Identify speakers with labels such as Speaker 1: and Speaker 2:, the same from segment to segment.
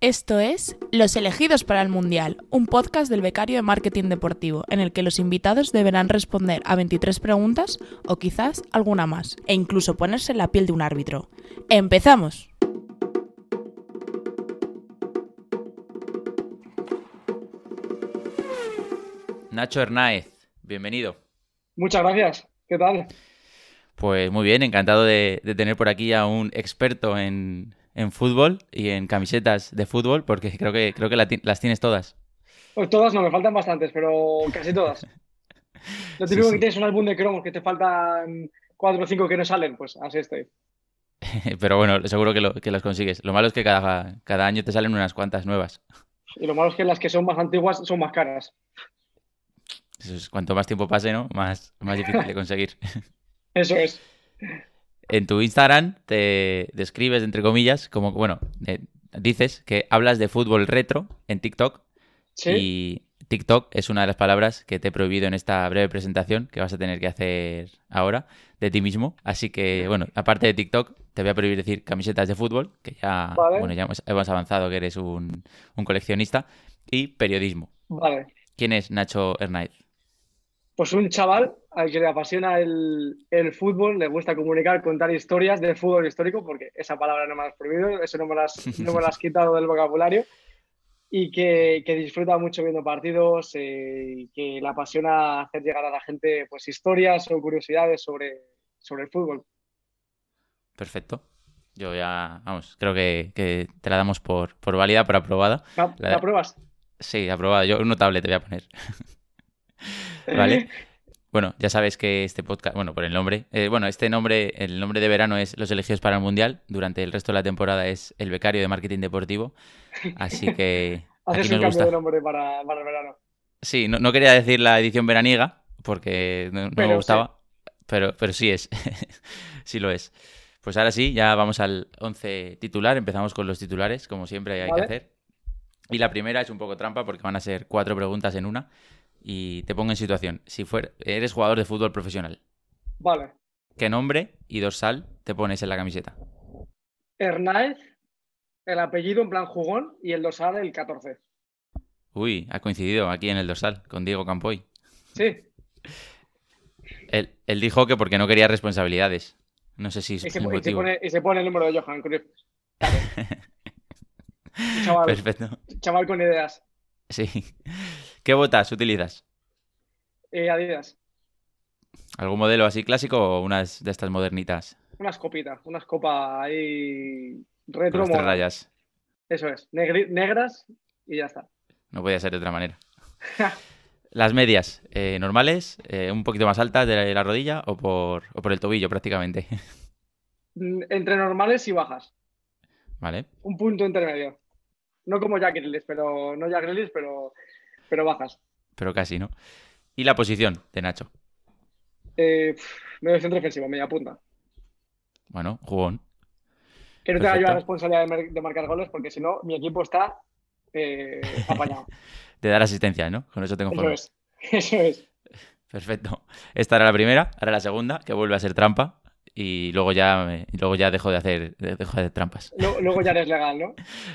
Speaker 1: Esto es Los elegidos para el Mundial, un podcast del becario de marketing deportivo, en el que los invitados deberán responder a 23 preguntas o quizás alguna más, e incluso ponerse en la piel de un árbitro. ¡Empezamos!
Speaker 2: Nacho Hernáez, bienvenido.
Speaker 3: Muchas gracias. ¿Qué tal?
Speaker 2: Pues muy bien, encantado de, de tener por aquí a un experto en, en fútbol y en camisetas de fútbol, porque creo que, creo que la ti- las tienes todas.
Speaker 3: Pues todas no, me faltan bastantes, pero casi todas. Lo
Speaker 2: Sí,
Speaker 3: típico
Speaker 2: sí.
Speaker 3: que tienes un álbum de cromos que te faltan cuatro o cinco que no salen, pues así estoy.
Speaker 2: Pero bueno, seguro que, lo- que las consigues. Lo malo es que cada, cada año te salen unas cuantas nuevas.
Speaker 3: Y lo malo es que las que son más antiguas son más caras.
Speaker 2: Eso es, cuanto más tiempo pase, ¿no? Más, más difícil de conseguir.
Speaker 3: Eso es.
Speaker 2: En tu Instagram te describes, entre comillas, como, bueno, eh, dices que hablas de fútbol retro en TikTok
Speaker 3: Sí,
Speaker 2: Y TikTok es una de las palabras que te he prohibido en esta breve presentación que vas a tener que hacer ahora de ti mismo. Así que, bueno, aparte de TikTok, te voy a prohibir decir camisetas de fútbol, que ya,
Speaker 3: Vale.
Speaker 2: bueno, ya hemos, hemos avanzado que eres un, un coleccionista, y periodismo.
Speaker 3: vale.
Speaker 2: ¿Quién es Nacho Hernáez?
Speaker 3: Pues un chaval al que le apasiona el, el fútbol, le gusta comunicar, contar historias de fútbol histórico, porque esa palabra no me la has prohibido, eso no me la has, no me la has quitado del vocabulario, y que, que disfruta mucho viendo partidos, eh, y que le apasiona hacer llegar a la gente pues, historias o curiosidades sobre, sobre el fútbol.
Speaker 2: Perfecto. Yo ya, vamos, creo que, que te la damos por, por válida, por aprobada.
Speaker 3: ¿La,
Speaker 2: La-
Speaker 3: la pruebas?
Speaker 2: Sí, aprobada. Yo un notable te voy a poner. Vale. Bueno, ya sabes que este podcast, bueno, por el nombre, eh, bueno, este nombre, el nombre de verano es Los elegidos para el Mundial, durante el resto de la temporada es El becario de marketing deportivo, así que
Speaker 3: Haces
Speaker 2: aquí
Speaker 3: un
Speaker 2: nos
Speaker 3: cambio
Speaker 2: gusta.
Speaker 3: de nombre para, para el verano.
Speaker 2: Sí, no, no quería decir la edición veraniega porque no, no
Speaker 3: Pero
Speaker 2: me
Speaker 3: sí.
Speaker 2: gustaba, pero, pero sí es, sí lo es. Pues ahora sí, ya vamos al 11 titular, empezamos con los titulares, como siempre hay
Speaker 3: Vale.
Speaker 2: que hacer. Y la primera es un poco trampa porque van a ser cuatro preguntas en una y te pongo en situación. Si fuer- eres jugador de fútbol profesional,
Speaker 3: Vale.
Speaker 2: ¿Qué nombre y dorsal te pones en la camiseta?
Speaker 3: Hernández, el apellido en plan jugón y el dorsal el 14.
Speaker 2: Uy, ha coincidido aquí en el dorsal con Diego Campoy.
Speaker 3: Sí.
Speaker 2: Él, él dijo que porque no quería responsabilidades. No sé si es
Speaker 3: Y se,
Speaker 2: el
Speaker 3: y se
Speaker 2: motivo.
Speaker 3: pone, y se pone el número de Johan Cruyff. Chaval,
Speaker 2: Perfecto.
Speaker 3: chaval con ideas.
Speaker 2: Sí. ¿Qué botas utilizas?
Speaker 3: Eh, Adidas,
Speaker 2: ¿Algún modelo así clásico o unas de estas modernitas?
Speaker 3: unas copitas, unas copas ahí
Speaker 2: Con
Speaker 3: retro.
Speaker 2: las tres
Speaker 3: moda.
Speaker 2: rayas.
Speaker 3: Eso es, negri- negras y ya está.
Speaker 2: No podía ser de otra manera. Las medias, eh, normales, eh, un poquito más altas de la, de la rodilla o por, o por el tobillo prácticamente.
Speaker 3: Mm, Entre normales y bajas.
Speaker 2: ¿Vale?
Speaker 3: Un punto intermedio. No como Jack Grealish, pero no Jack Grealish, pero, pero bajas.
Speaker 2: Pero casi, ¿no? Y la posición de Nacho.
Speaker 3: Eh, pf, medio centro ofensivo, media punta.
Speaker 2: Bueno, jugón.
Speaker 3: Que no tenga yo
Speaker 2: Perfecto.
Speaker 3: la responsabilidad de, mar- de marcar goles, porque si no, mi equipo está eh, apañado.
Speaker 2: De dar asistencia, ¿no? Con eso te
Speaker 3: Eso
Speaker 2: conformo.
Speaker 3: es. Eso es.
Speaker 2: Perfecto. Esta era la primera, ahora la segunda, que vuelve a ser trampa. Y luego ya, me- y luego ya dejo de hacer, de- dejo de hacer trampas.
Speaker 3: Lu- Luego ya eres legal, ¿no?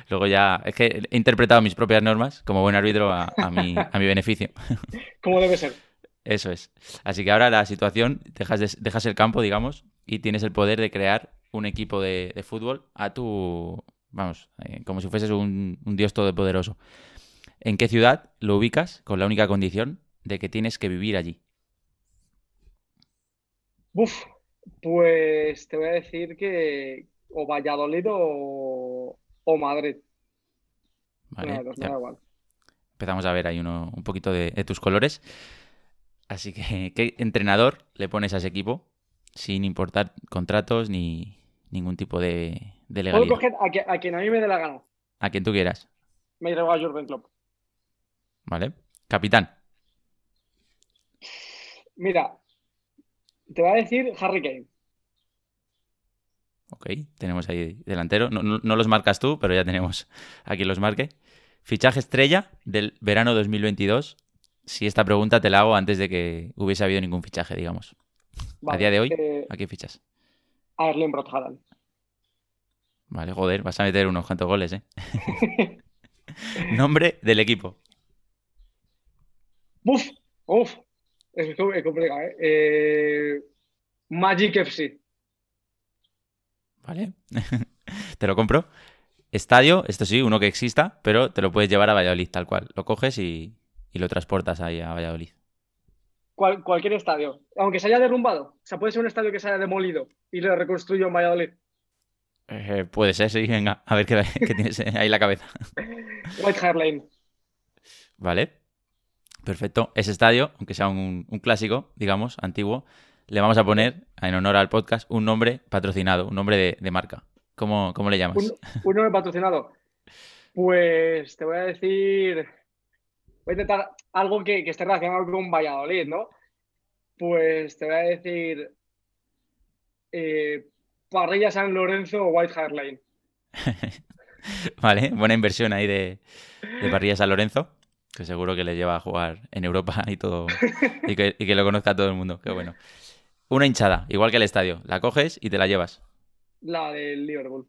Speaker 2: Luego ya. Es que he interpretado mis propias normas como buen árbitro a, a mi, a mi beneficio.
Speaker 3: Como debe ser.
Speaker 2: Eso es. Así que ahora la situación, dejas, de- dejas el campo, digamos, y tienes el poder de crear un equipo de, de fútbol a tu. Vamos, eh, como si fueses un, un dios todopoderoso. ¿En qué ciudad lo ubicas con la única condición de que tienes que vivir allí?
Speaker 3: Uf, pues te voy a decir que o Valladolid o, o Madrid.
Speaker 2: ¿Vale?
Speaker 3: Una de dos, me
Speaker 2: Ya-
Speaker 3: da igual.
Speaker 2: empezamos a ver ahí uno, un poquito de, de tus colores. Así que, ¿qué entrenador le pones a ese equipo? Sin importar contratos ni ningún tipo de, de
Speaker 3: Puedo
Speaker 2: legalidad.
Speaker 3: coger a, que- a quien a mí me dé la gana.
Speaker 2: A quien tú quieras,
Speaker 3: Me llevo a Jurgen Klopp.
Speaker 2: ¿vale? Capitán,
Speaker 3: Mira, te voy a decir Harry Kane.
Speaker 2: ok, tenemos ahí delantero. No, no- no los marcas tú, pero ya tenemos a quien los marque. Fichaje estrella del verano 2022. Si esta pregunta te la hago antes de que hubiese habido ningún fichaje, digamos.
Speaker 3: Vale,
Speaker 2: día de hoy?
Speaker 3: eh,
Speaker 2: ¿A quién fichas?
Speaker 3: a Erling Brot Haaland.
Speaker 2: Vale, joder, vas a meter unos cuantos goles, ¿eh? Nombre del equipo.
Speaker 3: Uf, uf. Es com- es complicado, ¿eh? Eh, Magic FC.
Speaker 2: Vale. te lo compro. Estadio, esto sí, uno que exista, pero te lo puedes llevar a Valladolid tal cual. Lo coges y, y lo transportas ahí a Valladolid.
Speaker 3: Cual- cualquier estadio. Aunque se haya derrumbado. O sea, puede ser un estadio que se haya demolido y lo reconstruyo en Valladolid.
Speaker 2: Eh, puede ser, sí, venga, a ver qué, qué tienes ahí en la cabeza.
Speaker 3: White Hart Lane.
Speaker 2: Vale. Perfecto. Ese estadio, aunque sea un, un clásico, digamos, antiguo, le vamos a poner, en honor al podcast, un nombre patrocinado, un nombre de, de marca. ¿Cómo, cómo le llamas?
Speaker 3: Un, un nombre patrocinado. Pues te voy a decir. Voy a intentar algo que, que esté relacionado con Valladolid, ¿no? Pues te voy a decir. eh, Parrilla San Lorenzo o White Hart Lane.
Speaker 2: Vale, buena inversión ahí de, de parrilla San Lorenzo, que seguro que le lleva a jugar en Europa y todo, y que, y que lo conozca todo el mundo. Qué bueno. Una hinchada, igual que el estadio. La coges y te la llevas.
Speaker 3: La del Liverpool.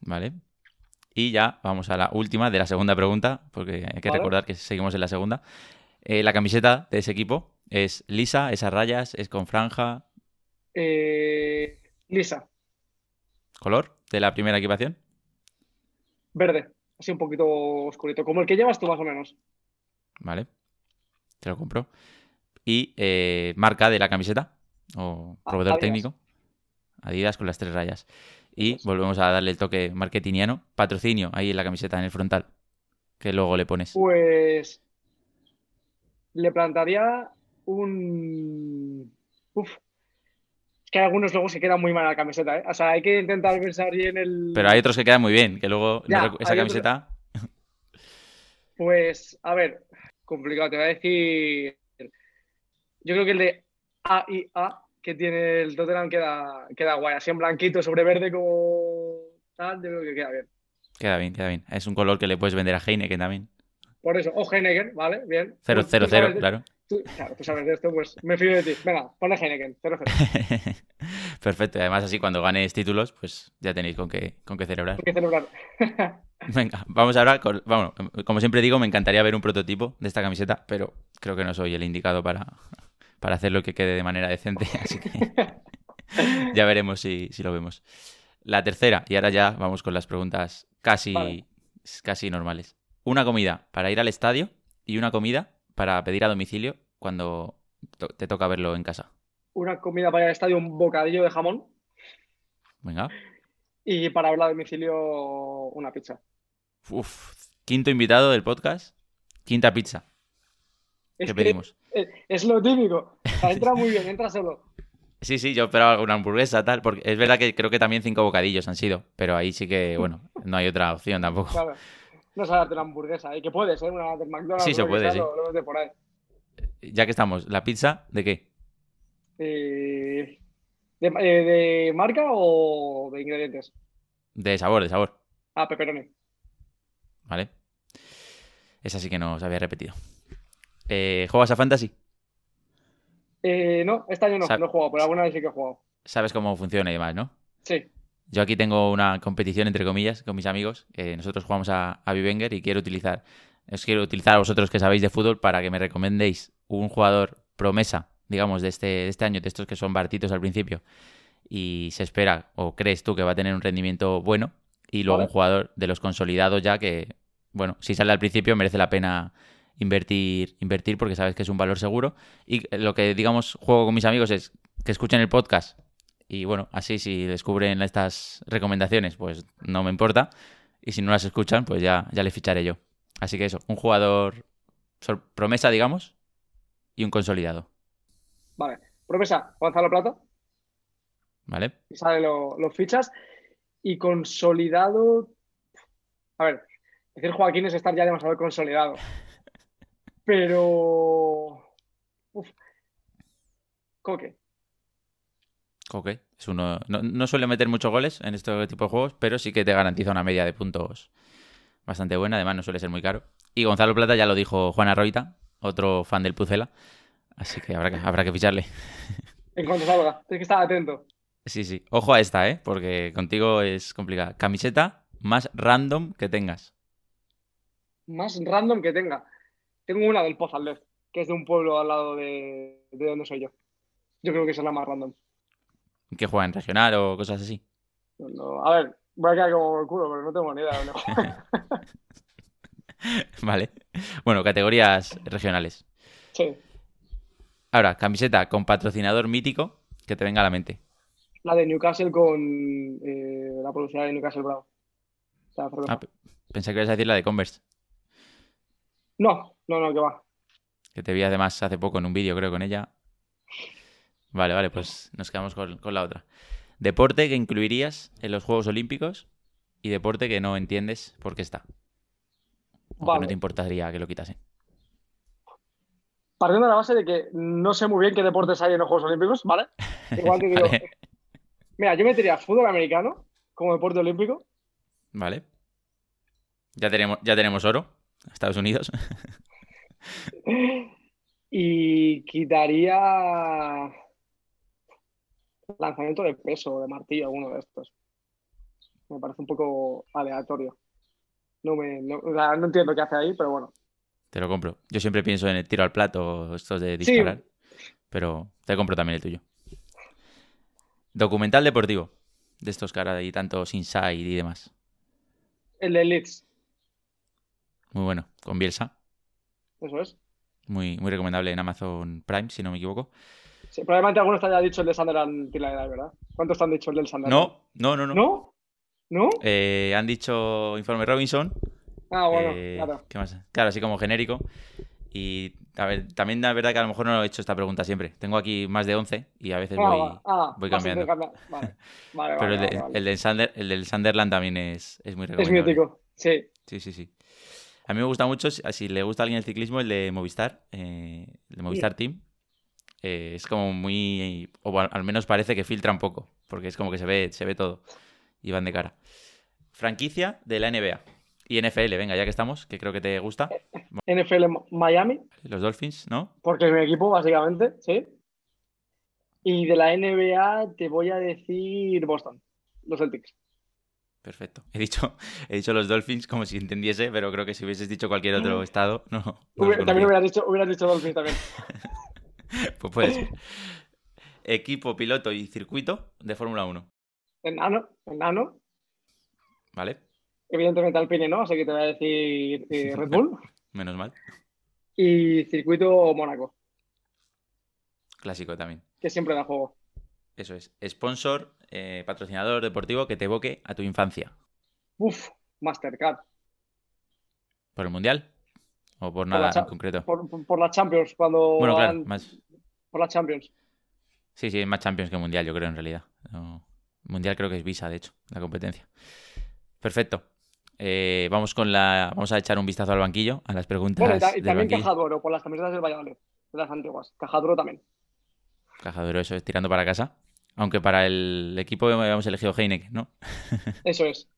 Speaker 2: Vale. Y ya vamos a la última de la segunda pregunta, porque hay que
Speaker 3: Vale.
Speaker 2: recordar que seguimos en la segunda. Eh, la camiseta de ese equipo es lisa, es a rayas, es con franja,
Speaker 3: Eh, Lisa,
Speaker 2: color de la primera equipación.
Speaker 3: verde. Así un poquito oscurito. Como el que llevas tú, más o menos.
Speaker 2: Vale. Te lo compro. Y eh, marca de la camiseta o
Speaker 3: A-
Speaker 2: proveedor
Speaker 3: Ah, Adidas.
Speaker 2: técnico. Adidas con las tres rayas. Y
Speaker 3: Eso.
Speaker 2: volvemos a darle el toque marketingiano. Patrocinio ahí en la camiseta, en el frontal. Que luego le pones.
Speaker 3: Pues. Le plantaría un. Uf. Es que hay algunos logos que quedan muy mal a la camiseta, ¿eh? O sea, hay que intentar pensar bien el.
Speaker 2: Pero hay otros que quedan muy bien. Que luego no
Speaker 3: Ya,
Speaker 2: recu- esa
Speaker 3: hay otro-
Speaker 2: camiseta.
Speaker 3: Pues, a ver, complicado, te voy a decir. Yo creo que el de A y A que tiene el Tottenham queda, queda guay. Así en blanquito sobre verde como tal, yo creo que queda bien.
Speaker 2: Queda bien, queda bien. Es un color que le puedes vender a Heineken también.
Speaker 3: Por eso, o Heineken, ¿vale? Bien. Tú-
Speaker 2: 0
Speaker 3: tú
Speaker 2: 0
Speaker 3: sabes
Speaker 2: 0
Speaker 3: de-
Speaker 2: claro.
Speaker 3: tú- claro, tú sabes de esto, pues me fío de ti. Venga, ponle Heineken, 0-0.
Speaker 2: Perfecto. Y además así cuando ganes títulos, pues ya tenéis con qué, con qué celebrar.
Speaker 3: Hay que celebrar.
Speaker 2: Venga, vamos ahora con. Bueno, como siempre digo, me encantaría ver un prototipo de esta camiseta, pero creo que no soy el indicado para, para hacer lo que quede de manera decente, así que ya veremos si, si lo vemos. La tercera, y ahora ya vamos con las preguntas casi,
Speaker 3: Vale.
Speaker 2: casi normales. Una comida para ir al estadio y una comida para pedir a domicilio cuando to- te toca verlo en casa.
Speaker 3: Una comida para el estadio, un bocadillo de jamón.
Speaker 2: Venga.
Speaker 3: Y para verla a domicilio, una pizza.
Speaker 2: Uf, quinto invitado del podcast, quinta pizza. ¿Qué
Speaker 3: Es que
Speaker 2: pedimos?
Speaker 3: es, es lo típico. O sea, entra muy bien, entra solo.
Speaker 2: Sí, sí, yo esperaba alguna hamburguesa, tal, porque es verdad que creo que también cinco bocadillos han sido, pero ahí sí que, bueno, no hay otra opción tampoco.
Speaker 3: Claro. No se darte una hamburguesa. Y que puedes, ¿eh? Una del McDonald's.
Speaker 2: Sí, se
Speaker 3: lo que
Speaker 2: puede,
Speaker 3: sea,
Speaker 2: sí.
Speaker 3: Lo, lo ves de por ahí.
Speaker 2: Ya que estamos, ¿la pizza de qué?
Speaker 3: Eh, ¿de, eh, de marca o de ingredientes?
Speaker 2: De sabor, de sabor,
Speaker 3: Ah, pepperoni.
Speaker 2: ¿vale? Esa sí que no os había repetido. Eh, ¿Juegas a Fantasy?
Speaker 3: Eh, no, este año no,
Speaker 2: Sab-
Speaker 3: no he jugado, pero alguna vez sí que he jugado.
Speaker 2: Sabes cómo funciona y demás, ¿no?
Speaker 3: Sí,
Speaker 2: Yo aquí tengo una competición, entre comillas, con mis amigos. eh, nosotros jugamos a, a Vivenger y quiero utilizar, os quiero utilizar a vosotros que sabéis de fútbol para que me recomendéis un jugador promesa, digamos, de este, de este año, de estos que son baratitos al principio, y se espera o crees tú que va a tener un rendimiento bueno, y luego
Speaker 3: Vale.
Speaker 2: un jugador de los consolidados ya que, bueno, si sale al principio merece la pena invertir, invertir porque sabes que es un valor seguro. Y lo que, digamos, juego con mis amigos es que escuchen el podcast y bueno, así si descubren estas recomendaciones, pues no me importa. Y si no las escuchan, pues ya, ya le ficharé yo. Así que eso, un jugador sor- promesa, digamos, y un consolidado,
Speaker 3: vale. Promesa, Gonzalo Plata.
Speaker 2: ¿vale?
Speaker 3: y sale lo- los fichas. Y consolidado. A ver, decir Joaquín es estar ya demasiado consolidado. Pero. Uf. Coque.
Speaker 2: Ok, es uno, no, no suele meter muchos goles en este tipo de juegos, pero sí que te garantiza una media de puntos bastante buena, además no suele ser muy caro. Y Gonzalo Plata ya lo dijo Juan Arroita, otro fan del Pucela, así que habrá que, habrá que ficharle.
Speaker 3: En cuanto salga, tienes que estar atento.
Speaker 2: Sí, sí. Ojo a esta, ¿eh? Porque contigo es complicada. Camiseta más random que tengas.
Speaker 3: Más random que tenga. Tengo una del Pozaldez, que es de un pueblo al lado de, de donde soy yo. Yo creo que esa es la más random.
Speaker 2: Que juega en regional o cosas así.
Speaker 3: No, a ver, voy a quedar como el culo, pero no tengo ni idea de dónde juega.
Speaker 2: Vale. Bueno, categorías regionales.
Speaker 3: Sí.
Speaker 2: Ahora, camiseta con patrocinador mítico que te venga a la mente.
Speaker 3: La de Newcastle con eh, la publicidad de Newcastle Bravo. La de Ferrero.
Speaker 2: Ah, pe- pensé que ibas a decir la de Converse,
Speaker 3: No, no, no, que va.
Speaker 2: que te vi además hace poco en un vídeo, creo, con ella. Vale, vale, pues nos quedamos con, con la otra. Deporte que incluirías en los Juegos Olímpicos y deporte que no entiendes por qué está. O que
Speaker 3: Vale.
Speaker 2: no te importaría que lo quitasen.
Speaker 3: Partiendo de la base de que no sé muy bien qué deportes hay en los Juegos Olímpicos, ¿vale? Igual te digo,
Speaker 2: Vale.
Speaker 3: mira, yo metería fútbol americano como deporte olímpico.
Speaker 2: Vale. Ya tenemos, ya tenemos oro. Estados Unidos.
Speaker 3: Y quitaría lanzamiento de peso, o de martillo, alguno de estos. Me parece un poco aleatorio. No, me, no, o sea, no entiendo qué hace ahí, pero bueno.
Speaker 2: Te lo compro. Yo siempre pienso en el tiro al plato, estos de
Speaker 3: Sí.
Speaker 2: disparar. Pero te compro también el tuyo. Documental deportivo. De estos que ahora hay tantos inside y demás.
Speaker 3: El de Leeds,
Speaker 2: Muy bueno. Con Bielsa.
Speaker 3: eso es.
Speaker 2: Muy, muy recomendable en Amazon Prime, si no me equivoco.
Speaker 3: Sí, probablemente algunos te haya dicho el de Sunderland Tilaidad, ¿verdad? ¿Cuántos te han dicho el del Sunderland?
Speaker 2: No, no, no, no.
Speaker 3: ¿No? ¿No?
Speaker 2: Eh, han dicho Informe Robinson.
Speaker 3: Ah, bueno,
Speaker 2: Eh,
Speaker 3: claro.
Speaker 2: ¿qué más? Claro, así como genérico. Y a ver, también la verdad que a lo mejor no he hecho esta pregunta siempre. Tengo aquí más de 11 y a veces
Speaker 3: Ah,
Speaker 2: voy.
Speaker 3: va- ah,
Speaker 2: voy
Speaker 3: vas a
Speaker 2: cambiando.
Speaker 3: intercambiar. Vale, vale,
Speaker 2: Pero
Speaker 3: vale,
Speaker 2: el, de-
Speaker 3: vale, vale.
Speaker 2: el del Sander- el del Sunderland también es, es muy
Speaker 3: Es
Speaker 2: recomendable.
Speaker 3: mítico, sí.
Speaker 2: Sí, sí, sí. A mí me gusta mucho, si si le gusta a alguien el ciclismo, el de Movistar, eh, el de
Speaker 3: Mm.
Speaker 2: Movistar Team. Eh, es como muy, o al al menos parece que filtra un poco, porque es como que se ve, se ve todo y van de cara. Franquicia de la NBA y NFL, venga, ya que estamos, que creo que te gusta.
Speaker 3: NFL en Miami,
Speaker 2: Los Dolphins, ¿no?
Speaker 3: porque es mi equipo, básicamente, sí. Y de la NBA te voy a decir Boston, los Celtics.
Speaker 2: Ah, Perfecto. He dicho, he dicho los Dolphins como si entendiese, pero creo que si hubieses dicho cualquier otro estado, no. no los
Speaker 3: Mm. Hubiera- también
Speaker 2: conocía.
Speaker 3: hubieras dicho, hubieras dicho Dolphins también.
Speaker 2: Pues puede ser. Equipo, piloto y circuito de Fórmula 1,
Speaker 3: Enano, enano.
Speaker 2: ¿vale?
Speaker 3: Evidentemente Alpine no, así que te voy a decir eh, Red Bull.
Speaker 2: Menos mal.
Speaker 3: Y circuito Mónaco,
Speaker 2: Clásico también.
Speaker 3: que siempre da juego.
Speaker 2: Eso es. Sponsor, eh, patrocinador deportivo que te evoque a tu infancia.
Speaker 3: Uf, Mastercard.
Speaker 2: ¿Por el mundial? ¿O por nada
Speaker 3: la cha-
Speaker 2: en concreto?
Speaker 3: Por, por, por las Champions, cuando
Speaker 2: Bueno, claro,
Speaker 3: van-
Speaker 2: más.
Speaker 3: por las Champions.
Speaker 2: Sí, sí, más Champions que mundial, yo creo, en realidad. No. Mundial creo que es Visa, de hecho, la competencia. Perfecto. Eh, vamos con la. Vamos a echar un vistazo al banquillo, a las preguntas
Speaker 3: Bueno, y, ta- y
Speaker 2: del
Speaker 3: también
Speaker 2: banquillo.
Speaker 3: Cajaduro, por las camisetas del Valladolid, de las antiguas. Cajaduro también.
Speaker 2: Cajaduro, eso es tirando para casa. Aunque para el equipo habíamos elegido Heineken, ¿no?
Speaker 3: Eso es.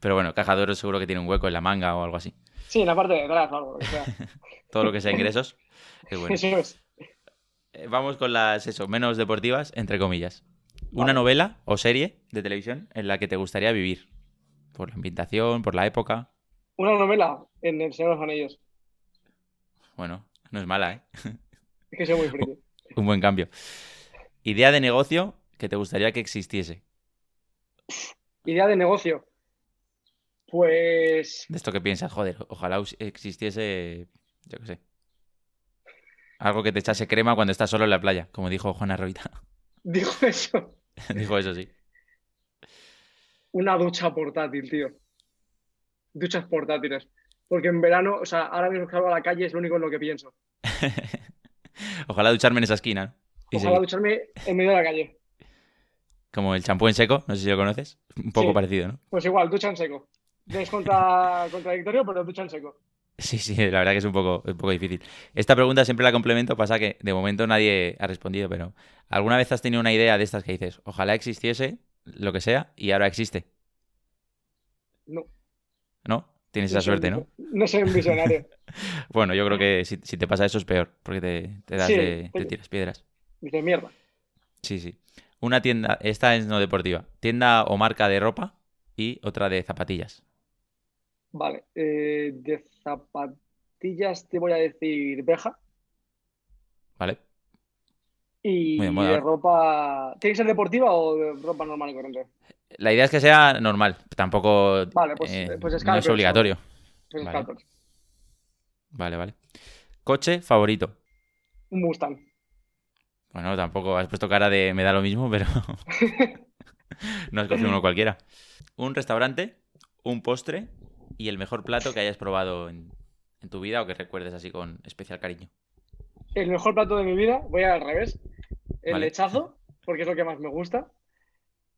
Speaker 2: Pero bueno, Cajaduro seguro que tiene un hueco en la manga o algo así.
Speaker 3: Sí, en la parte de atrás o algo. lo que sea.
Speaker 2: Todo lo que sea ingresos. es bueno.
Speaker 3: Eso es.
Speaker 2: Eh, Vamos con las eso, menos deportivas, entre comillas. Una
Speaker 3: Vale.
Speaker 2: novela o serie de televisión en la que te gustaría vivir. Por la ambientación, por la época.
Speaker 3: Una novela en El Señor de los Anillos.
Speaker 2: Bueno, no es mala, ¿eh?
Speaker 3: Es que soy muy friki.
Speaker 2: Un buen cambio. Idea de negocio que te gustaría que existiese.
Speaker 3: Idea de negocio. Pues.
Speaker 2: De esto que piensas, joder, ojalá us- existiese, yo qué sé. Algo que te echase crema cuando estás solo en la playa, como dijo Juana Roita.
Speaker 3: Digo eso.
Speaker 2: dijo eso sí.
Speaker 3: Una ducha portátil, tío. Duchas portátiles. Porque en verano, o sea, ahora mismo que salgo a la calle es lo único en lo que pienso.
Speaker 2: Ojalá ducharme en esa esquina. ¿no? Y
Speaker 3: Ojalá
Speaker 2: seguir.
Speaker 3: ducharme en medio de la calle.
Speaker 2: Como el champú en seco, no sé si lo conoces. Un poco
Speaker 3: Sí.
Speaker 2: parecido, ¿no?
Speaker 3: Pues igual, ducha en seco. Es contra, contradictorio, pero ducha en seco.
Speaker 2: Sí, sí, la verdad que es un poco, un poco difícil. Esta pregunta siempre la complemento, pasa que de momento nadie ha respondido, pero ¿alguna vez has tenido una idea de estas que dices, ojalá existiese lo que sea y ahora existe?
Speaker 3: No.
Speaker 2: ¿No? Tienes
Speaker 3: No
Speaker 2: esa
Speaker 3: soy un
Speaker 2: suerte, ¿no?
Speaker 3: vision- No soy un visionario.
Speaker 2: Bueno, yo creo que si, si te pasa eso es peor, porque te, te das
Speaker 3: Sí,
Speaker 2: de, te
Speaker 3: oye.
Speaker 2: tiras piedras.
Speaker 3: Dice, mierda.
Speaker 2: Sí, sí. Una tienda, esta es no deportiva, tienda o marca de ropa y otra de zapatillas.
Speaker 3: Vale, eh, de zapatillas te voy a decir Beja
Speaker 2: ¿Vale?
Speaker 3: y
Speaker 2: Muy de moda
Speaker 3: de
Speaker 2: ahora.
Speaker 3: ropa... ¿Tiene que ser deportiva o de ropa normal y corriente?
Speaker 2: La idea es que sea normal, tampoco
Speaker 3: Vale, pues,
Speaker 2: eh,
Speaker 3: eh, pues
Speaker 2: no
Speaker 3: Scarpers,
Speaker 2: es obligatorio.
Speaker 3: Pues
Speaker 2: Vale.
Speaker 3: Scarpers.
Speaker 2: Vale, vale. Coche favorito.
Speaker 3: Un Mustang.
Speaker 2: Bueno, tampoco has puesto cara de me da lo mismo, pero no has cogido uno cualquiera. Un restaurante, un postre y el mejor plato que hayas probado en, en tu vida o que recuerdes así con especial cariño.
Speaker 3: El mejor plato de mi vida, voy al revés. El
Speaker 2: Vale.
Speaker 3: lechazo, porque es lo que más me gusta.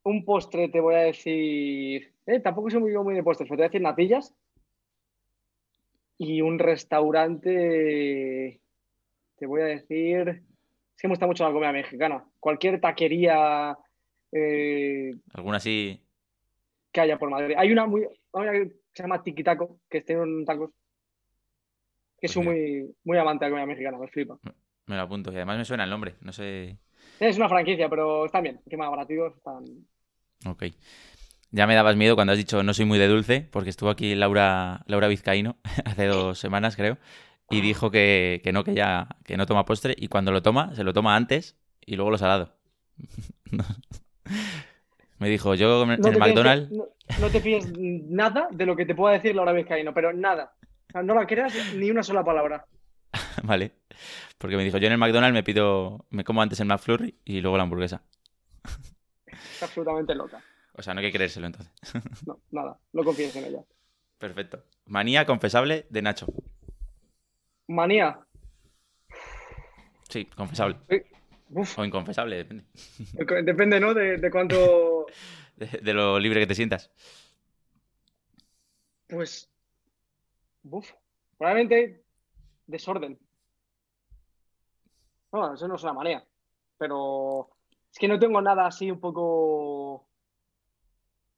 Speaker 3: Un postre te voy a decir. eh, tampoco soy muy, muy de postres, pero te voy a decir natillas. Y un restaurante. Te voy a decir. Es que me gusta mucho la comida mexicana. Cualquier taquería eh,
Speaker 2: ¿Alguna así?
Speaker 3: que haya por Madrid. Hay una muy. hay una que se llama Tiquitaco, que está en tacos. Que
Speaker 2: Pues
Speaker 3: soy
Speaker 2: mira.
Speaker 3: muy, muy amante de la comida mexicana, me flipa.
Speaker 2: Me lo apunto. Y además me suena el nombre. No sé.
Speaker 3: Es una franquicia, pero están bien. Qué más baratos están.
Speaker 2: Ok. Ya me dabas miedo cuando has dicho no soy muy de dulce, porque estuvo aquí Laura, Laura Vizcaíno hace dos semanas, creo, y dijo que, que no, que ya, que no toma postre, y cuando lo toma, se lo toma antes y luego lo salado. No. me dijo, yo en
Speaker 3: te
Speaker 2: el
Speaker 3: pienses-
Speaker 2: McDonald's,
Speaker 3: no, no te pides nada de lo que te pueda decir Laura Vizcaíno, pero nada. O sea, No la creas ni una sola palabra.
Speaker 2: vale, porque me dijo, yo en el McDonald's me pido, me como antes el McFlurry y luego la hamburguesa.
Speaker 3: Es absolutamente loca.
Speaker 2: O sea, no hay que creérselo entonces.
Speaker 3: No, nada. No confíes en ella.
Speaker 2: Perfecto. Manía confesable de Nacho.
Speaker 3: Manía.
Speaker 2: Sí, confesable.
Speaker 3: Uf,
Speaker 2: O inconfesable, depende.
Speaker 3: depende, ¿no? De, de cuánto.
Speaker 2: De- de lo libre que te sientas.
Speaker 3: Pues. Uf. Probablemente desorden. No, eso no es una manía. Pero es que no tengo nada así un poco.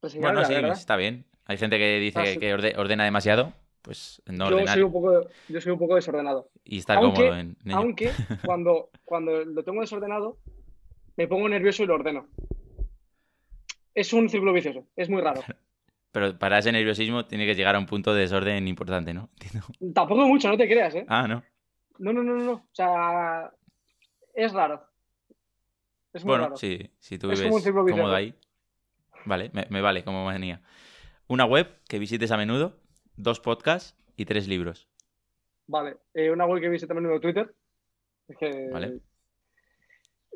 Speaker 3: reseñable,
Speaker 2: Bueno,
Speaker 3: la
Speaker 2: sí,
Speaker 3: verdad.
Speaker 2: está bien. Hay gente que dice
Speaker 3: Ah,
Speaker 2: que-
Speaker 3: sí.
Speaker 2: que orde- ordena demasiado, pues no
Speaker 3: yo,
Speaker 2: ordenar
Speaker 3: soy un poco, yo soy un poco desordenado.
Speaker 2: y estar
Speaker 3: aunque-
Speaker 2: cómodo en, en ello.
Speaker 3: Aunque cuando, cuando lo tengo desordenado, me pongo nervioso y lo ordeno. Es un círculo vicioso, es muy raro.
Speaker 2: Pero para ese nerviosismo tiene que llegar a un punto de desorden importante, ¿no? Entiendo.
Speaker 3: Tampoco mucho, no te creas, ¿eh?
Speaker 2: Ah, no.
Speaker 3: No, no, no, no, no. O sea, es raro. Es muy
Speaker 2: Bueno,
Speaker 3: raro.
Speaker 2: sí, si tú
Speaker 3: Es
Speaker 2: vives
Speaker 3: como un círculo
Speaker 2: cómodo
Speaker 3: vicioso.
Speaker 2: ahí. Vale, me, me vale como manía. Una web que visites a menudo, dos podcasts y tres libros.
Speaker 3: Vale, eh, una web que viste también en Twitter. Es que-
Speaker 2: Vale.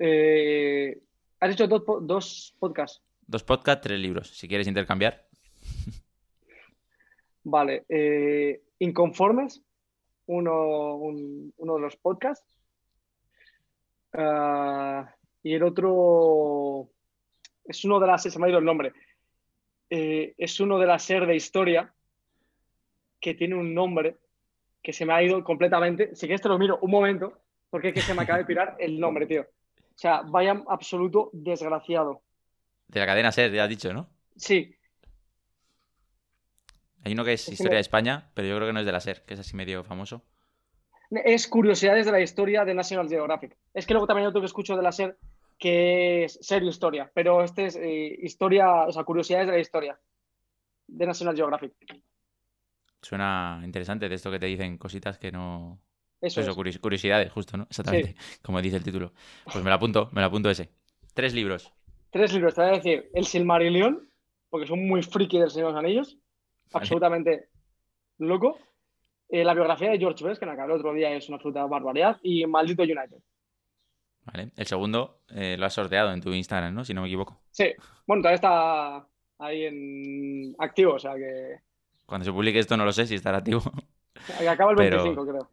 Speaker 3: Eh, has hecho dos, po- dos podcasts.
Speaker 2: Dos podcasts, tres libros. Si quieres intercambiar,
Speaker 3: Vale, eh, Inconformes, uno, un- uno de los podcasts. Ah, y el otro es uno de las, se me ha ido el nombre, Eh, es uno de las ser de historia que tiene un nombre que se me ha ido completamente. Si quieres te lo miro un momento, porque es que se me acaba de pirar el nombre, tío. O sea, vaya absoluto desgraciado.
Speaker 2: de la cadena SER, ya has dicho, ¿no?
Speaker 3: Sí,
Speaker 2: Hay uno que es
Speaker 3: que me-
Speaker 2: Historia de España, pero yo creo que no es de la SER, que es así medio famoso.
Speaker 3: es curiosidades de la historia de National Geographic. Es que luego también hay otro que escucho de la SER que es SER Historia, pero este es eh, historia, o sea, curiosidades de la historia de National Geographic.
Speaker 2: Suena interesante de esto que te dicen cositas que no,
Speaker 3: Eso,
Speaker 2: Eso,
Speaker 3: es.
Speaker 2: curios- curiosidades, justo, ¿no? Exactamente, como dice el título. Pues me lo apunto, me lo apunto ese. Tres libros.
Speaker 3: Tres libros, te voy a decir El Silmarillion, porque son muy friki del Señor de los Anillos,
Speaker 2: Vale.
Speaker 3: absolutamente loco. Eh, la biografía de George Best, que la acabé el otro día, es una absoluta barbaridad. Y Maldito United.
Speaker 2: ¿vale? El segundo eh, lo has sorteado en tu Instagram, ¿no? Si no me equivoco.
Speaker 3: Sí, bueno, todavía está ahí en activo, o sea que,
Speaker 2: Cuando se publique esto no lo sé si estará activo.
Speaker 3: que acaba el
Speaker 2: Pero-
Speaker 3: 25, creo.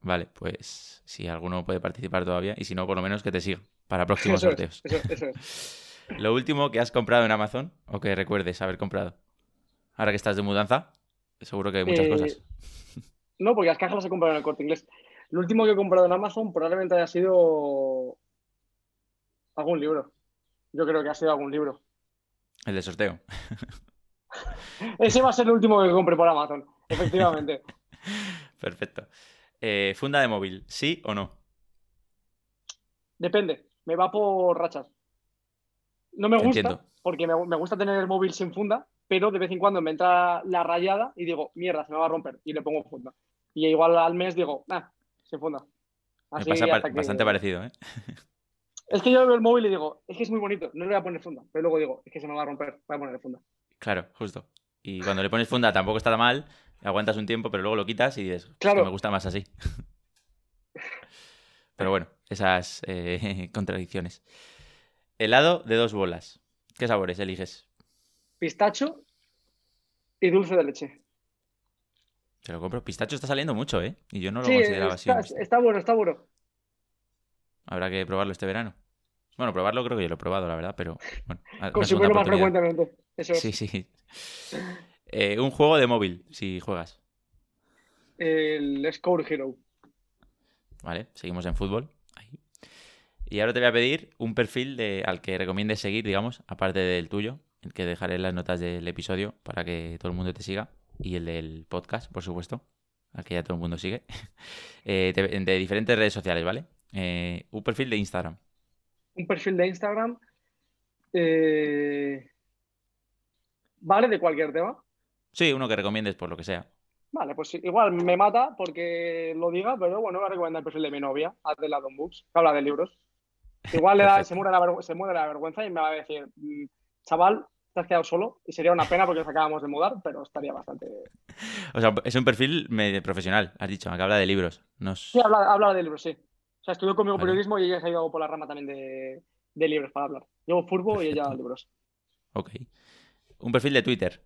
Speaker 2: vale, pues si alguno puede participar todavía y si no, por lo menos que te siga para próximos
Speaker 3: Eso es,
Speaker 2: sorteos.
Speaker 3: eso es, eso es.
Speaker 2: Lo último que has comprado en Amazon o que recuerdes haber comprado. Ahora que estás de mudanza, seguro que hay muchas
Speaker 3: Eh,
Speaker 2: cosas.
Speaker 3: No, porque las cajas las he comprado en el corte inglés. Lo último que he comprado en Amazon probablemente haya sido algún libro. Yo creo que ha sido algún libro.
Speaker 2: El de sorteo.
Speaker 3: Ese va a ser el último que compre por Amazon, efectivamente.
Speaker 2: Perfecto. Eh, funda de móvil, ¿sí o no?
Speaker 3: Depende, me va por rachas. No me gusta,
Speaker 2: Entiendo.
Speaker 3: porque me, me gusta tener el móvil sin funda, pero de vez en cuando me entra la rayada y digo, mierda, se me va a romper, y le pongo funda. Y igual al mes digo, ah, sin funda.
Speaker 2: Me
Speaker 3: Así
Speaker 2: pasa pa-
Speaker 3: Ah, hasta que-
Speaker 2: bastante parecido, ¿eh?
Speaker 3: Es que yo veo el móvil y digo, es que es muy bonito, no le voy a poner funda, pero luego digo, es que se me va a romper, voy a poner funda.
Speaker 2: Claro, justo. Y cuando le pones funda tampoco está tan mal, aguantas un tiempo, pero luego lo quitas y dices, "Es que
Speaker 3: Claro.
Speaker 2: me gusta más así. pero bueno, esas eh, contradicciones. Helado de dos bolas. ¿Qué sabores eliges?
Speaker 3: Pistacho y dulce de leche.
Speaker 2: Te lo compro. Pistacho está saliendo mucho, ¿eh? Y yo no lo
Speaker 3: sí,
Speaker 2: consideraba así.
Speaker 3: está,
Speaker 2: un pistacho.
Speaker 3: está bueno, está bueno.
Speaker 2: Habrá que probarlo este verano. Bueno, probarlo creo que yo lo he probado, la verdad, pero bueno. a- una segunda
Speaker 3: Consumirlo más
Speaker 2: oportunidad.
Speaker 3: frecuentemente. Eso es.
Speaker 2: Sí, sí. Eh, un juego de móvil, si juegas.
Speaker 3: El Score Hero.
Speaker 2: Vale, seguimos en fútbol. Ahí. Y ahora te voy a pedir un perfil de, al que recomiendes seguir, digamos, aparte del tuyo, el que dejaré en las notas del episodio para que todo el mundo te siga. Y el del podcast, por supuesto, al que ya todo el mundo sigue. Eh, te- de, diferentes redes sociales, ¿vale? Eh, un perfil de Instagram.
Speaker 3: Un perfil de Instagram. eh, Vale, de cualquier tema.
Speaker 2: Sí, uno que recomiendes por lo que sea.
Speaker 3: Vale, pues sí, igual me mata porque lo diga, pero bueno, me recomienda el perfil de mi novia, Adela Don Books, que habla de libros. Igual le da-
Speaker 2: Perfecto.
Speaker 3: se, muere la vergü- se muere la vergüenza y me va a decir, "Mm, chaval, te has quedado solo y sería una pena porque nos acabamos de mudar, pero estaría bastante...
Speaker 2: O sea, es un perfil medio profesional, has dicho, que habla de libros. Nos...
Speaker 3: Sí, habla, habla de libros, sí. O sea, estudió conmigo
Speaker 2: Vale.
Speaker 3: periodismo y ella se ha ido por la rama también de, de libros para hablar. Llevo furbo y ella
Speaker 2: Perfecto.
Speaker 3: libros.
Speaker 2: Ok. Un perfil de Twitter.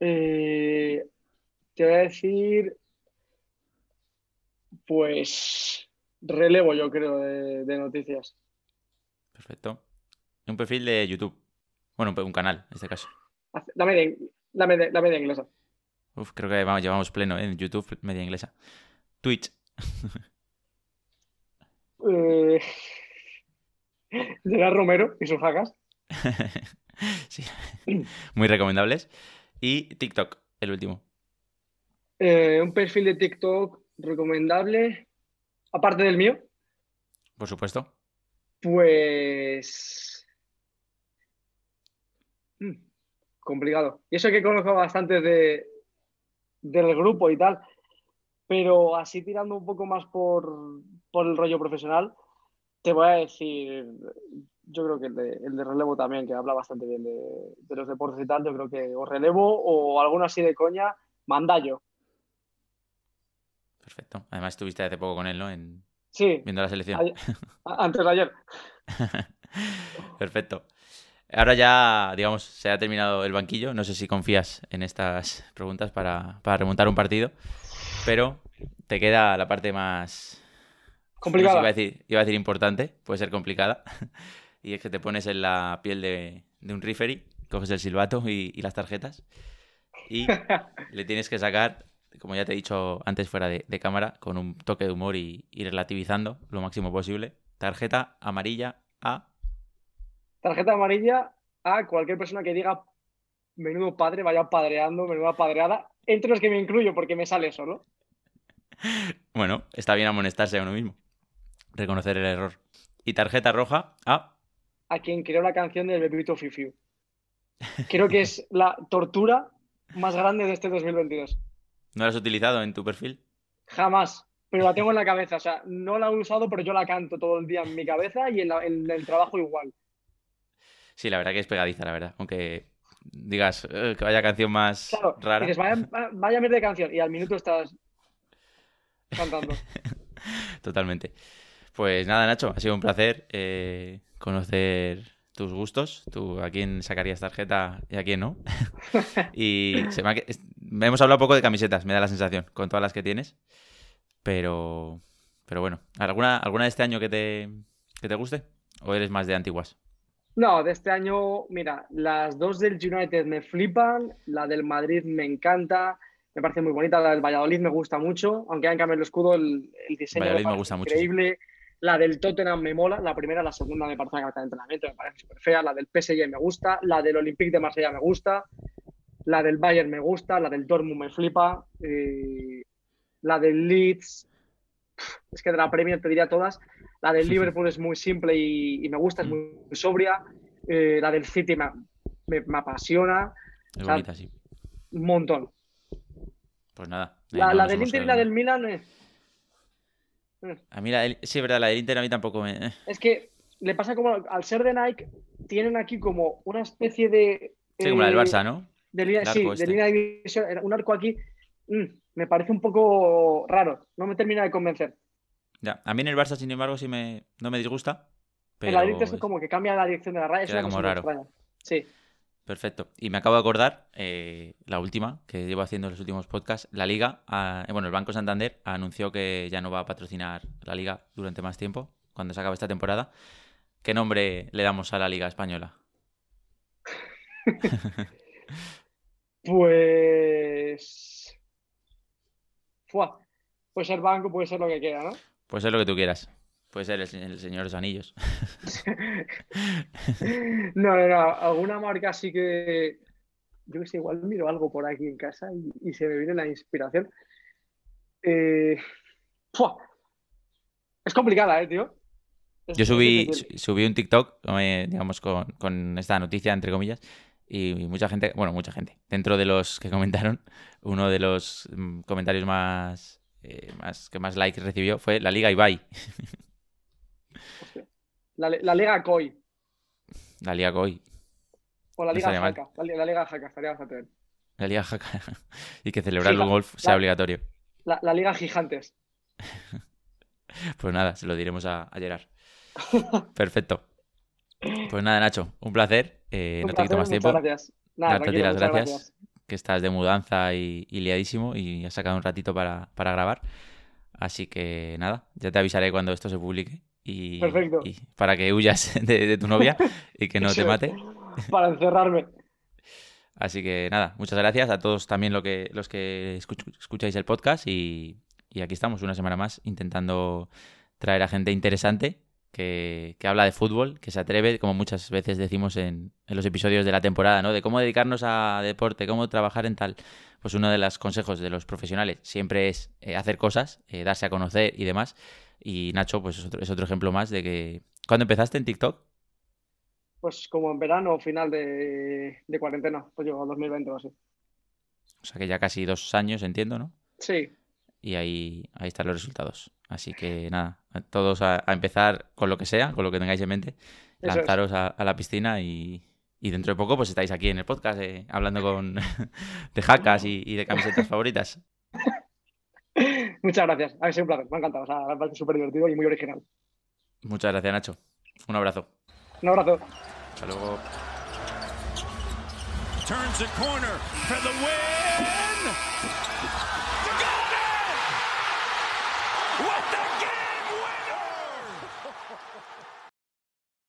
Speaker 3: Eh, te voy a decir, pues, relevo yo creo de, de noticias.
Speaker 2: Perfecto. Un perfil de YouTube. Bueno, un pe- un canal, en este caso.
Speaker 3: Haz- Dame de, dame de- dame de inglesa.
Speaker 2: Uf, creo que vamos, llevamos pleno ¿eh? en YouTube, media inglesa. Twitch.
Speaker 3: Eh, Gerard Romero y sus hagas.
Speaker 2: sí. Muy recomendables. Y TikTok, el último.
Speaker 3: Eh, un perfil de TikTok recomendable, aparte del mío,
Speaker 2: Por supuesto.
Speaker 3: pues... mm, complicado. Y eso que conozco bastante de, del grupo y tal, pero así tirando un poco más por, por el rollo profesional, te voy a decir, yo creo que el de, el de relevo también, que habla bastante bien de, de los deportes y tal, yo creo que o relevo o alguno así de coña, mandallo.
Speaker 2: Perfecto. Además, estuviste hace poco con él, ¿no? En...
Speaker 3: Sí,
Speaker 2: Viendo la selección.
Speaker 3: ayer- a- antes de ayer.
Speaker 2: Perfecto. Ahora ya, digamos, se ha terminado el banquillo. No sé si confías en estas preguntas para, para remontar un partido, pero te queda la parte más... no sé,
Speaker 3: Complicada.
Speaker 2: Iba a, decir, iba a decir importante, puede ser complicada. Y es que te pones en la piel de, de un referee, coges el silbato y, y las tarjetas y le tienes que sacar, como ya te he dicho antes fuera de, de cámara, con un toque de humor y, y relativizando lo máximo posible. Tarjeta amarilla a...
Speaker 3: Tarjeta amarilla a cualquier persona que diga menudo padre, vaya padreando, menuda padreada, entre los que me incluyo porque me sale solo.
Speaker 2: Bueno, está bien amonestarse a uno mismo. Reconocer el error. Y tarjeta roja a.
Speaker 3: a quien creó la canción del Bebito Fifiu. Creo que es la tortura más grande de este 2022.
Speaker 2: ¿No la has utilizado en tu perfil?
Speaker 3: Jamás. Pero la tengo en la cabeza. O sea, no la he usado, pero yo la canto todo el día en mi cabeza y en, la- en el trabajo igual.
Speaker 2: Sí, la verdad que es pegadiza, la verdad. Aunque digas "Eh, que vaya canción más
Speaker 3: Claro.
Speaker 2: rara.
Speaker 3: Dices, vaya, vaya mierda de canción. Y al minuto estás cantando.
Speaker 2: Totalmente. Pues nada, Nacho, ha sido un placer eh, conocer tus gustos, tú a quién sacarías tarjeta y a quién no. y se me ha que- es- hemos hablado poco de camisetas, me da la sensación, con todas las que tienes. Pero, pero bueno, ¿alguna, alguna de este año que te, que te guste? ¿O eres más de antiguas?
Speaker 3: No, de este año, mira, las dos del United me flipan, la del Madrid me encanta, me parece muy bonita, la del Valladolid me gusta mucho, aunque hayan cambiado el escudo, el, el diseño
Speaker 2: Valladolid me
Speaker 3: parece
Speaker 2: gusta mucho, sí.
Speaker 3: increíble. La del Tottenham me mola, la primera, la segunda me parece una carta de entrenamiento, me parece súper fea, la del PSG me gusta, la del Olympique de Marsella me gusta, la del Bayern me gusta, la del Dortmund me flipa, eh, la del Leeds, es que de la Premier te diría todas. La del Liverpool es muy simple y, y me gusta,
Speaker 2: Mm.
Speaker 3: es muy sobria. Eh, la del City me, me- me apasiona.
Speaker 2: Es
Speaker 3: sea,
Speaker 2: bonita, sí.
Speaker 3: Un montón.
Speaker 2: Pues nada. ahí
Speaker 3: La,
Speaker 2: no
Speaker 3: la
Speaker 2: nos
Speaker 3: del
Speaker 2: hemos
Speaker 3: Inter y
Speaker 2: quedado
Speaker 3: la
Speaker 2: nada.
Speaker 3: del Milan, eh,
Speaker 2: A mí la del... Sí, es verdad, la del Inter a mí tampoco me... eh.
Speaker 3: es que le pasa como al ser de Nike, tienen aquí como una especie de.
Speaker 2: Sí, como la del
Speaker 3: eh,
Speaker 2: Barça, ¿no?
Speaker 3: de línea,
Speaker 2: El
Speaker 3: sí,
Speaker 2: arco
Speaker 3: de
Speaker 2: este.
Speaker 3: línea de división, era un arco aquí mm, me parece un poco raro, no me termina de convencer.
Speaker 2: Ya. A mí en el Barça, sin embargo, sí me... no me disgusta.
Speaker 3: El
Speaker 2: Pero...
Speaker 3: Atleti es como que cambia la dirección de la raya, es
Speaker 2: Queda
Speaker 3: una
Speaker 2: como
Speaker 3: cosa muy
Speaker 2: raro.
Speaker 3: extraña. Sí,
Speaker 2: Perfecto. Y me acabo de acordar, eh, la última que llevo haciendo en los últimos podcasts, la Liga, ah, eh, bueno, el Banco Santander anunció que ya no va a patrocinar la Liga durante más tiempo, cuando se acabe esta temporada. ¿Qué nombre le damos a la Liga Española?
Speaker 3: pues Fua. puede ser banco, puede ser lo que quiera, ¿no?
Speaker 2: Puede ser lo que tú quieras. Puede ser el, se- el Señor de los Anillos.
Speaker 3: No, no, no, alguna marca sí que yo que sé, igual miro algo por aquí en casa y, y se me viene la inspiración. Eh, fua. Es complicada, eh, tío. Es-
Speaker 2: Yo
Speaker 3: es
Speaker 2: subí,
Speaker 3: difícil.
Speaker 2: su- subí un TikTok, eh, digamos, con, con esta noticia, entre comillas, y mucha gente, bueno, mucha gente, dentro de los que comentaron, uno de los mm, comentarios más, eh, más que más likes recibió fue la Liga Ibai.
Speaker 3: La, la Liga COI.
Speaker 2: La Liga hoy.
Speaker 3: O la
Speaker 2: No
Speaker 3: Liga
Speaker 2: estaría mal.
Speaker 3: Jaca. La, li- la Liga Jaca estaría bastante bien.
Speaker 2: La Liga Jaca. y que celebrar
Speaker 3: Sí,
Speaker 2: el
Speaker 3: la-
Speaker 2: golf sea
Speaker 3: la-
Speaker 2: obligatorio.
Speaker 3: La, la Liga Gigantes.
Speaker 2: Pues nada, se lo diremos a, a Gerard. Perfecto. Pues nada, Nacho, un placer. Eh,
Speaker 3: Un
Speaker 2: no te quito
Speaker 3: placer,
Speaker 2: más
Speaker 3: muchas
Speaker 2: tiempo,
Speaker 3: gracias. Nada,
Speaker 2: Darte a ti
Speaker 3: tranquilo,
Speaker 2: las
Speaker 3: muchas
Speaker 2: gracias. que estás de mudanza y, y liadísimo y has sacado un ratito para, para grabar. Así que nada, ya te avisaré cuando esto se publique. Y,
Speaker 3: Perfecto.
Speaker 2: y para que huyas de, de tu novia y que no
Speaker 3: Eso
Speaker 2: te
Speaker 3: es.
Speaker 2: mate.
Speaker 3: Para encerrarme.
Speaker 2: Así que nada, muchas gracias a todos también lo que, los que escuch- escucháis el podcast y, y aquí estamos una semana más intentando traer a gente interesante que, que habla de fútbol, que se atreve, como muchas veces decimos en, en los episodios de la temporada, ¿no? De cómo dedicarnos a deporte, cómo trabajar en tal. Pues uno de los consejos de los profesionales siempre es eh, hacer cosas, eh, darse a conocer y demás. Y Nacho, pues es otro, es otro ejemplo más de que... ¿Cuándo empezaste en TikTok?
Speaker 3: Pues como en verano, final de, de cuarentena. Pues yo, 2020 o así.
Speaker 2: O sea que ya casi dos años, entiendo, ¿no?
Speaker 3: Sí.
Speaker 2: y ahí, ahí están los resultados. Así que nada, a todos a, a empezar con lo que sea, con lo que tengáis en mente,
Speaker 3: Eso es.
Speaker 2: lanzaros a, a la piscina y, y dentro de poco pues estáis aquí en el podcast eh, hablando con de jacas y, y de camisetas favoritas.
Speaker 3: Muchas gracias. Ha sido un placer. Me ha encantado. O sea, me parece súper divertido y muy original.
Speaker 2: Muchas gracias Nacho, un abrazo.
Speaker 3: Un abrazo.
Speaker 2: Hasta luego.
Speaker 4: turns the corner for the win. The goal man! What the